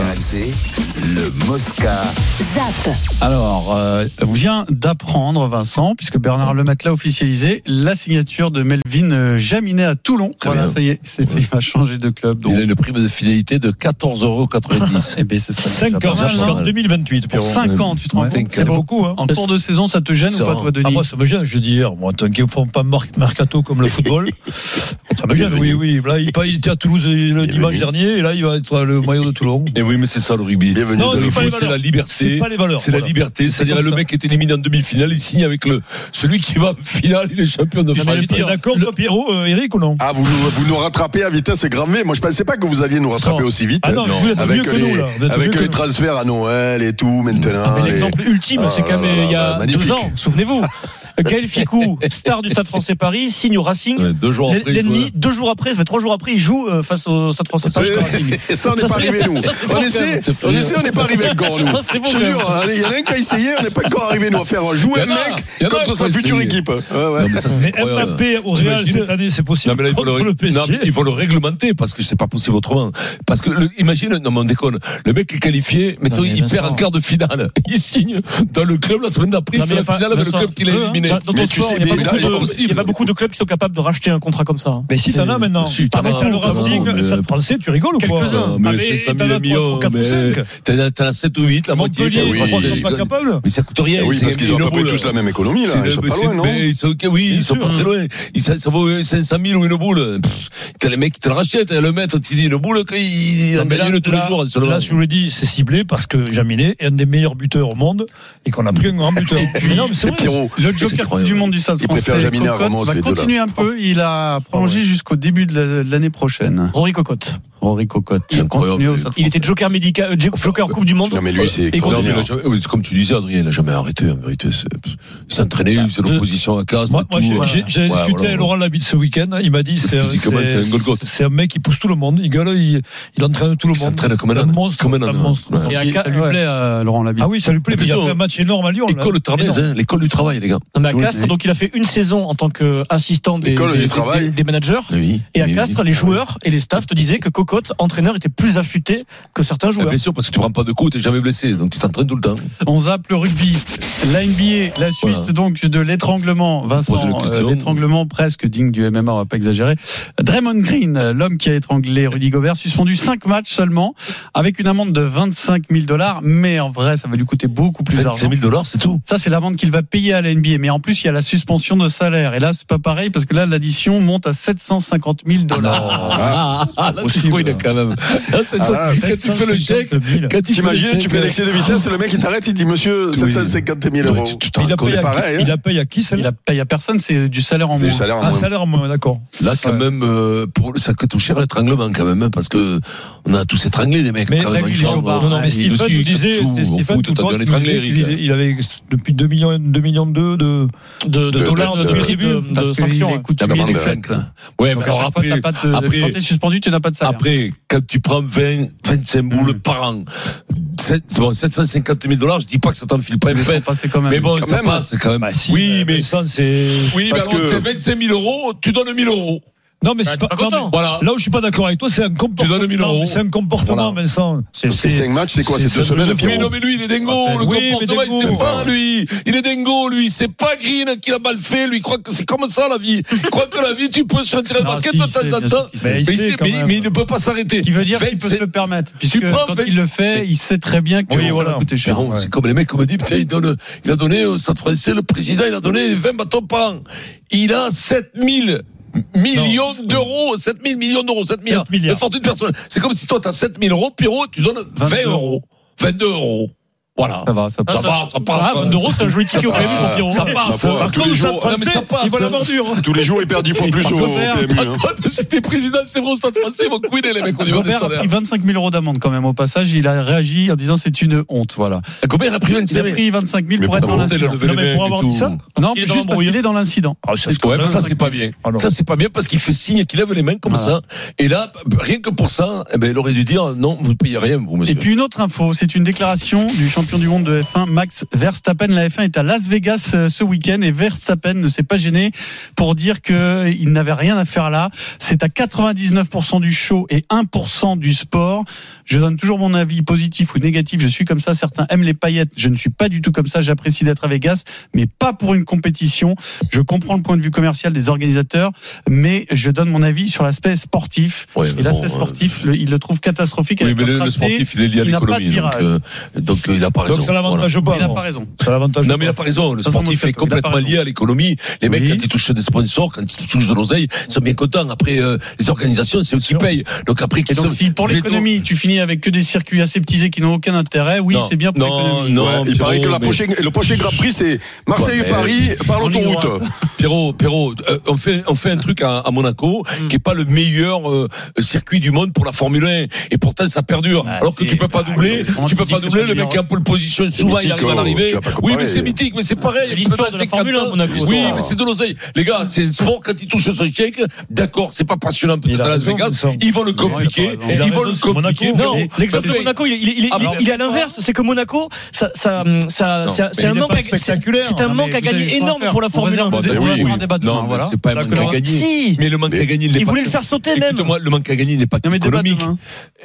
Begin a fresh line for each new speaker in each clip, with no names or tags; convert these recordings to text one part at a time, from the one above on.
RMC, le Mosca.
ZAP.
Alors, euh, on vient d'apprendre, Vincent, puisque Bernard Lematelin a officialisé la signature de Melvin euh, Jaminet à Toulon.
Très
voilà,
bien.
ça y est, c'est fait, il va changer de club. Donc,
Il a une prime de fidélité de 14,90 euros.
eh ben, c'est ça.
5
ans, hein.
en 2028,
Pour
Pierrot.
5 ans, tu te rends
Ouais.
compte
C'est beaucoup, hein.
En cours de saison, ça te gêne ou
Ça
pas,
va.
toi, Denis
Ah, moi, ça me gêne, je dis hier. Moi, tant qu'ils ne font pas mar- mercato comme le football, ça me gêne, oui, oui. Là, il, il était à Toulouse le dimanche dernier, et là, il va être le maillot de Toulon.
Et Eh oui, mais c'est ça le rugby.
Bienvenue Non, dans c'est le pas foot. les valeurs.
c'est la
C'est
liberté.
pas les valeurs.
C'est la
voilà.
liberté, c'est-à-dire
comme
le
ça.
mec qui est éliminé en demi-finale, il signe avec le celui qui va en finale, il est champion de
Non, mais
France.
t'es d'accord, toi, Pierrot, euh, Eric, ou non
Ah, vous nous, vous nous rattrapez à vitesse grand V. Moi, je pensais pas que vous alliez nous rattraper
Non.
aussi vite.
Ah non, vous êtes mieux
Avec
que
les,
nous, là. Vous êtes mieux
avec
que
les
nous.
transferts à Noël et tout, maintenant.
Ah, mais
les-
L'exemple ultime,
Ah
c'est quand
là
même
là
il y
bah,
là,
a
magnifique.
deux ans, souvenez-vous. Gaël Ficou, star du Stade français Paris, signe au Racing.
Ouais, Deux jours après.
L'ennemi, deux jours après, enfin, trois jours après, il joue euh, face au Stade français
Ça,
Paris. au Racing.
ça, on n'est
Ça,
pas
c'est-
arrivé, nous.
ça, c'est
On
fort,
essaie,
quand même.
on essaie, on n'est pas arrivé encore, nous.
Ça, c'est bon,
je
quand
te
même.
jure, allez, il y en a un qui a essayé, on n'est pas encore arrivé, nous, à faire jouer un
Il y en a, il y
mec
en a
contre
qui ont
sa future
essayé.
équipe. Ouais, ouais.
Non, mais ça, c'est
Mais
incroyable.
Mbappé au Real
T'imagines
cette année, c'est possible.
Non, mais là, il faut
contre
le,
le,
ré-
PSG.
Non, mais il faut le réglementer parce que c'est pas possible autrement. Parce que, le- imagine, non, mais on déconne. Le mec est qualifié, mais
mais
il perd
Vincent.
en quart de finale. Il signe dans le club la semaine d'après, il
Non, mais
fait la
y a pas-
finale avec le
Vincent,
club qu'il a
eux, hein,
éliminé.
dans- Dans
Mais
ton
tu
sport,
sais,
il n'y a
mais
pas
là,
beaucoup
il est
de- il y a
impossible.
pas beaucoup de clubs qui sont capables de racheter un contrat comme ça. hein.
Mais si t'en as maintenant,
Si, t'en
arrête
as,
le
t'en as,
Racing,
mais-
ça te français, tu rigoles ou quoi
euh, Quelques-uns.
Ah,
Ah,
mais
mais
c'est
t'en
5
as
000 millions.
4 ou 5
mais Ah, T'en as- t'en as 7 ou 8, la moitié.
Montpellier,
quoi.
ils
Oui,
sont pas
ils-
capables
Mais ça coûte rien.
Eh oui,
c'est
parce qu'ils ont à peu près
une boule.
tous la même économie, là.
C'est
Ils
le-
sont pas
c'est-
loin, non
mais ils sont, ok, oui,
Bien
ils sont
sûr.
pas très loin. Ils, ça, ça vaut euh, 500 000 ou une boule. Pff, t'as les mecs qui te le rachètent. hein, Le maître, tu dis une boule, qu'il- il en
Non, mais
gagne
là,
une tous les
là-
jours. hein, en se levant.
Là, je vous le dis, c'est ciblé parce que Jaminet est un des meilleurs buteurs au monde et qu'on a pris un grand buteur. Mais non, mais c'est
C'est
vrai.
Pierrot. euh,
Le
C'est
Joker
incroyable.
du monde du Stade
Il
français,
préfère Jaminet à
Cocotte,
Ramos,
va
les deux, là. Ah
continuer un peu. Il a prolongé jusqu'au début de la- de l'année prochaine.
Rory Cocotte.
Rory Cocotte.
C'est
Il
incroyable.
continue au Stade
Il était
français.
joker médical, euh, J- floqueur Coupe du Monde.
Non, Ah, mais lui, c'est
Non, mais
extraordinaire.
il a jamais- oui, c'est comme tu disais, Adrien, il n'a jamais arrêté. en vérité, c'est- Il s'entraînait, il faisait
Bah, De-
l'opposition à casse.
Moi,
tout,
moi, j'ai
voilà.
j'ai- j'ai
Ouais,
discuté
voilà.
avec Laurent Labitte ce week-end. Il m'a dit c'est un-
Physiquement, c'est un Golgoth.
c'est un mec qui pousse tout le monde. Il gueule, il, il entraîne tout le
Il
monde.
s'entraîne comme un âne,
monstre.
comme un âne.
monstre.
Et
Ouais.
à Ça lui
ouais.
plaît à Laurent Labitte.
Ah oui, ça lui plaît. mais il a
Attention,
fait un match énorme à Lyon. là.
École Tarbes,
Énorme.
hein, l'école du travail, les gars.
Non, mais à
Je vous le
Castres, donc il a fait une saison en tant qu'assistant des,
École du
des-
travail.
des- des managers.
dis. Oui,
Et à
oui,
Castres,
oui.
les joueurs et les staffs te disaient que Cocotte, entraîneur, était plus affûté que certains
Ah,
joueurs.
Bien sûr, parce que tu prends pas de coup, t'es jamais blessé, donc tu t'entraînes tout le temps.
On zappe le rugby, la NBA, la suite
Voilà.
donc de l'étranglement,
Posez
Vincent,
la question.
euh, l'étranglement presque digne du MMA, on va pas exagérer. Draymond Green, euh, l'homme qui a étranglé Rudy Gobert, suspendu 5 matchs seulement, avec une amende de 25 000 dollars, mais en vrai ça va lui coûter beaucoup plus d'argent.
25 000 dollars, c'est tout.
Ça, c'est l'amende qu'il va payer à la NBA. Mais en plus, il y a la suspension de salaire. Et là, c'est pas pareil parce que là, l'addition monte à 750 000 dollars.
Ah, ah, là, c'est
Possible.
quoi, il a quand même. Là, c'est ça.
Ah,
Quand tu fais le chèque,
750 000.
quand tu fais le
T'imagines,
chèque,
tu fais l'excès de vitesse, le mec, il t'arrête, il dit, monsieur,
Oui.
750 000
Ouais,
euros.
tu- tu t'en
Il la
racontes.
paye à qui-
pareil, hein.
Il la paye à qui
Il
celle-là
a payé à personne, c'est du salaire en
C'est
moins.
du
Ah,
salaire hein. en
Un
moins.
salaire, moi, d'accord.
Là, quand
Ouais.
même, euh, pour, ça coûte cher l'étranglement, quand même, hein, parce que on a tous étranglé des mecs.
Mais
quand
là,
même,
lui,
en
il est
chambre.
au bar. Non, non, mais
Ah, bah, Il est
Stephen
dessus,
nous
il
disait,
joue,
c'est
au
Stephen
foot,
tout le
t'as
temps,
bien
il nous
étranglé,
disait
Eric.
qu'il- il avait depuis 2 millions, 2 millions 2 de,
de,
de
de dollars de,
de-
prix de, de,
Parce qu'il
sanctions.
les coûte
T'as
8 000
pas de
francs.
fête. Ouais, mais
Donc, à
alors
chaque fois,
Ah, après,
t'as pas de-
après-
quand t'es suspendu, tu n'as pas de salaire.
Après, quand tu prends 20, 25 boules par an, sept- bon, 750 000 dollars, je dis pas que ça t'enfile pas une
Mais ça
fête.
passait quand même.
Mais bon,
Quand
ça
même.
passe quand même.
Bah, si,
oui, mais,
ça, c'est.
oui, mais
parce
alors,
que-
t'es 25 000 euros, tu donnes 1000 euros.
Non,
Ah,
mais c'est
t'es
pas.
pas
non,
content.
mais
Voilà.
Là où je suis pas d'accord avec toi, c'est un comportement.
donnes 1000
Non, mais
euros.
C'est un comportement,
Voilà.
Vincent. C'est
Parce que
c'est-
5 matchs, c'est quoi
c'est
C'est deux
ça, le
semaines,
nouveau.
Oui, non,
Pierrot
mais lui, il est dingo. Le
Oui, mais
comportement, il sait
dingo.
pas, lui. Il est dingo, lui. C'est pas Green qui l'a mal fait, lui. Il croit que c'est comme ça, la vie. Il croit que la vie, tu peux se tirer le
Non,
basket
si,
de
il sait,
temps en
bien sûr
temps.
qu'il sait.
Mais il sait,
quand
mais
même.
mais il ne peut pas s'arrêter.
Ce qui veut dire qu'il peut se
25
le permettre. Puisque
prends
quand
20
il le fait, il sait très bien que
Oui,
ça
voilà.
va coûter cher.
Pierrot, C'est comme les mecs qui me disent, putain, il, donne, il a donné euh, au Stade français, le président, il a donné 20 bâtons par an. Il a 7000 millions d'euros, 7000 millions d'euros, 7 milliards.
7 milliards.
De fortune personnelle. C'est comme si toi, tu as 7000 euros, Pierrot, tu donnes 20
22
euros. 22 euros. Voilà.
Ça va, ça
Ça
passe.
part, ça part.
Ah, 20 euros, c'est un joli ticket au PMU pour Pierrot.
Ça part, ça
Bah,
part.
tous les jours.
Non, mais ça passe.
il voit la bordure.
Tous les jours, il perd 10 fois plus
Par
au
contre,
PMU. hein.
Quoi que si t'es président, c'est vrai, au stade français, ils vont couiner les mecs au niveau des
Robert a
salaires.
pris 25 000 euros d'amende quand même au passage. Il a réagi en disant c'est une honte. Voilà.
Combien il a pris 27
Il a pris 25 000 pour
Mais
être dans
pourquoi
l'incident.
on a levé
Non,
les
mais
mecs
pour
et
avoir
tout
dit ça Non,
Parce qu'il
juste
est dans
parce qu'il
l'embrouille.
est dans l'incident.
Ah, ça,
Ouais, mais ça, c'est pas bien.
Ah non.
Ça, c'est pas bien parce qu'il fait signe qu'il lève les mains comme
Voilà.
ça. Et là, rien que pour ça, eh ben, il aurait dû dire non, vous ne payez rien, vous, monsieur.
Et puis une autre info, c'est une déclaration du champion du monde de F1, Max Verstappen. La F1 est à Las Vegas euh, ce week-end et Verstappen ne s'est pas gêné pour dire que euh, il n'avait rien à faire là. C'est à 99% du show et 1% du sport. Je donne toujours mon avis positif ou négatif. Je suis comme ça. Certains aiment les paillettes. Je ne suis pas du tout comme ça. J'apprécie d'être à Vegas, mais pas pour une compétition. Je comprends le point de vue commercial des organisateurs, mais je donne mon avis sur l'aspect sportif.
Ouais,
Et
mais
l'aspect
bon, euh,
sportif, le- il le trouve catastrophique.
Oui,
avec
mais
le
le, le
tracé.
sportif, il est lié à
il n'a pas de
l'économie. Donc,
virage.
euh, donc, euh, il n'a pas raison.
Donc ça l'avantage
Mais il
pas.
n'a
non.
pas raison.
Ça l'avantage
Non mais il n'a
pas.
pas raison, le
Dans un monde
sportif
fait,
est
il a pas
complètement
raison.
lié à l'économie. Les mecs
Oui.
quand ils touchent des sponsors, quand ils touchent de l'oseille, ils sont bien contents. Après euh, les organisations, c'est eux qui payent. Donc après
Et
qu'ils
donc,
sont-
si pour
les-
l'économie, tu finis avec que des circuits aseptisés qui n'ont aucun intérêt, oui,
Non,
c'est bien pour
non,
l'économie.
non,
Ouais, il
Pierrot,
paraît que la
mais-
prochaine, le prochain Grand Prix, c'est
Ouais, mais-
Marseille-Paris par
En ligne
l'autoroute.
droite.
Pierrot, Pierrot, euh, on fait on fait un truc à, à Monaco qui est pas le meilleur euh, circuit du monde pour la Formule 1 et pourtant ça perdure.
Bah,
Alors que
c'est-
tu peux pas
bah,
doubler,
ils sont
tu peux pas
anti-cyclistes,
doubler
ils
le
sont
mec qui est en pole position souvent il
mythique,
arrive à
oh,
l'arrivée.
tu vas pas comparer.
Oui mais c'est mythique, mais c'est pareil.
C'est l'histoire de la
C'est
Formule 1, Monaco.
Oui
L'histoire.
mais c'est de l'oseille. Les gars, c'est un sport quand ils touchent ce chèque, d'accord, c'est pas passionnant peut-être
Il a
à Las
raison,
Vegas,
Vincent.
ils vont le
Il a
compliquer,
raison. Il a
ils vont
raison,
le
c'est Monaco.
compliquer. Non,
Mais-
L'exemple de Monaco, il, il- il- il-
Ah, bah,
il est à l'inverse. C'est que Monaco, ça, ça, ça,
Non,
ça- c'est
mais
un
il est
manque
pas
à, c'est-
spectaculaire.
c'est un
Non,
manque
hein, mais
à
vous savez ce
gagner
qu'on va
énorme
faire.
pour la
On
Formule 1.
réserve
Bah,
le dé-
oui,
on va faire
oui.
un débat demain,
non,
voilà.
mais c'est pas un manque à
couleur-
gagner.
Si
Mais le manque à gagner, il n'est
Ils
pas.
voulaient le faire sauter même.
Écoute-moi, le manque à gagner n'est pas
Non, mais débat
économique.
demain.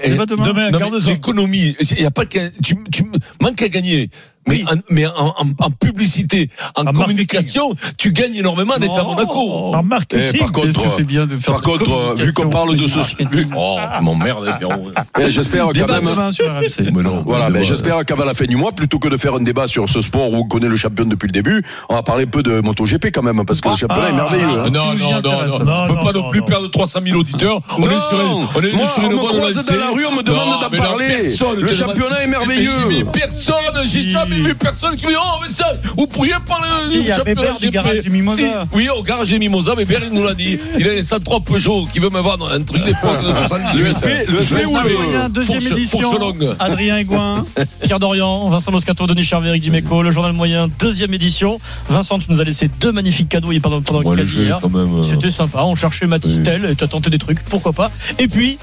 Eh,
Débat demain.
Demain,
Non, mais
garde-en.
l'économie, il y a pas qu'un, tu, tu manques à gagner. Mais,
Oui.
en, mais en, en- en publicité, en,
En
communication, tu gagnes énormément d'être à
Oh.
Monaco.
En marketing.
Eh, par contre,
Est-ce que c'est bien de faire
Par
de la
contre, euh, vu qu'on parle de ce, vu-
Oh, tu m'emmerdes, Pierrot.
eh, j'espère quand
Débat
même.
demain sur RMC.
Mais non,
Voilà,
mais
ben
bon,
j'espère qu'avant la fin du mois, plutôt que de faire un débat sur ce sport où on connaît le champion depuis le début, on va parler un peu de MotoGP quand même, parce que le championnat est merveilleux.
euh,
hein.
Non,
Tu nous y
non, non,
intéresses,
non,
non,
On peut
non,
pas
non,
non plus
non.
perdre 300 000 auditeurs. Ah, on est sur une, on est
Moi,
sur une
on me
voie de
croise
lancée.
dans la rue, on me demande
Non,
d'en
mais là,
parler.
personne
Le
te
championnat est
demande-
merveilleux.
Mais, mais personne, j'ai
Si.
jamais vu personne qui me dit Oh, mais ça, vous pourriez parler
si, il
du
y avait
championnat
Bert du garage du Mimosa.
Si, Oui, au garage du Mimosa, mais Bert, il nous l'a dit. Il a les 103 Peugeot qui veut me vendre un truc d'époque de 78.
Le SP, le SP ou
Adrien,
le.
deuxième
Eh Fourche-
édition.
Fourche longue.
Adrien Aigouin.
Pierre Dorian, Vincent Moscato, Denis Charvet, Eric Dimeco, le journal moyen, deuxième édition. Vincent, tu nous as laissé deux magnifiques cadeaux il y a pendant, pendant
Ouais,
quelques
le jeu,
hier.
quand
Mmh.
même. euh,
C'était sympa, on cherchait Matistel, et tu as tenté des trucs, pourquoi pas. Et puis,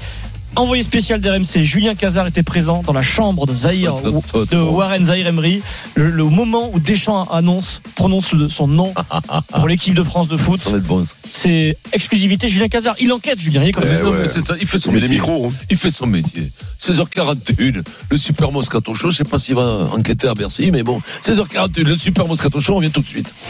envoyé spécial d'RMC, Julien Cazard était présent dans la chambre de Zahir,
Ça, ça, ça,
de
ça.
Warren Zahir Emery, le, le moment où Deschamps annonce, prononce le- son nom pour l'équipe de France de foot.
Ça va être bon. ça.
C'est exclusivité Julien Cazard. Il enquête, Julien, il est comme
Eh
ça.
Non,
ouais.
mais c'est ça, il fait son
Mais les
métier.
micros. hein.
Il fait son métier. 16h41, le Super Moscato Show. Je sais pas s'il va enquêter à Bercy, mais bon, 16h41, le Super Moscato Show, on vient tout de suite.